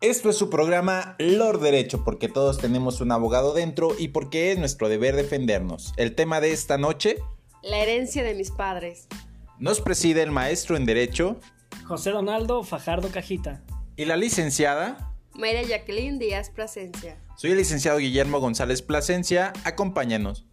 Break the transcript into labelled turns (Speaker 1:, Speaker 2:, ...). Speaker 1: Esto es su programa Lord Derecho, porque todos tenemos un abogado dentro y porque es nuestro deber defendernos. El tema de esta noche
Speaker 2: La herencia de mis padres.
Speaker 1: nos preside el maestro en Derecho
Speaker 3: José Donaldo Fajardo Cajita.
Speaker 1: y la licenciada.
Speaker 2: Mayra Jacqueline Díaz Plasencia.
Speaker 1: Soy el licenciado Guillermo González Plasencia, acompáñanos.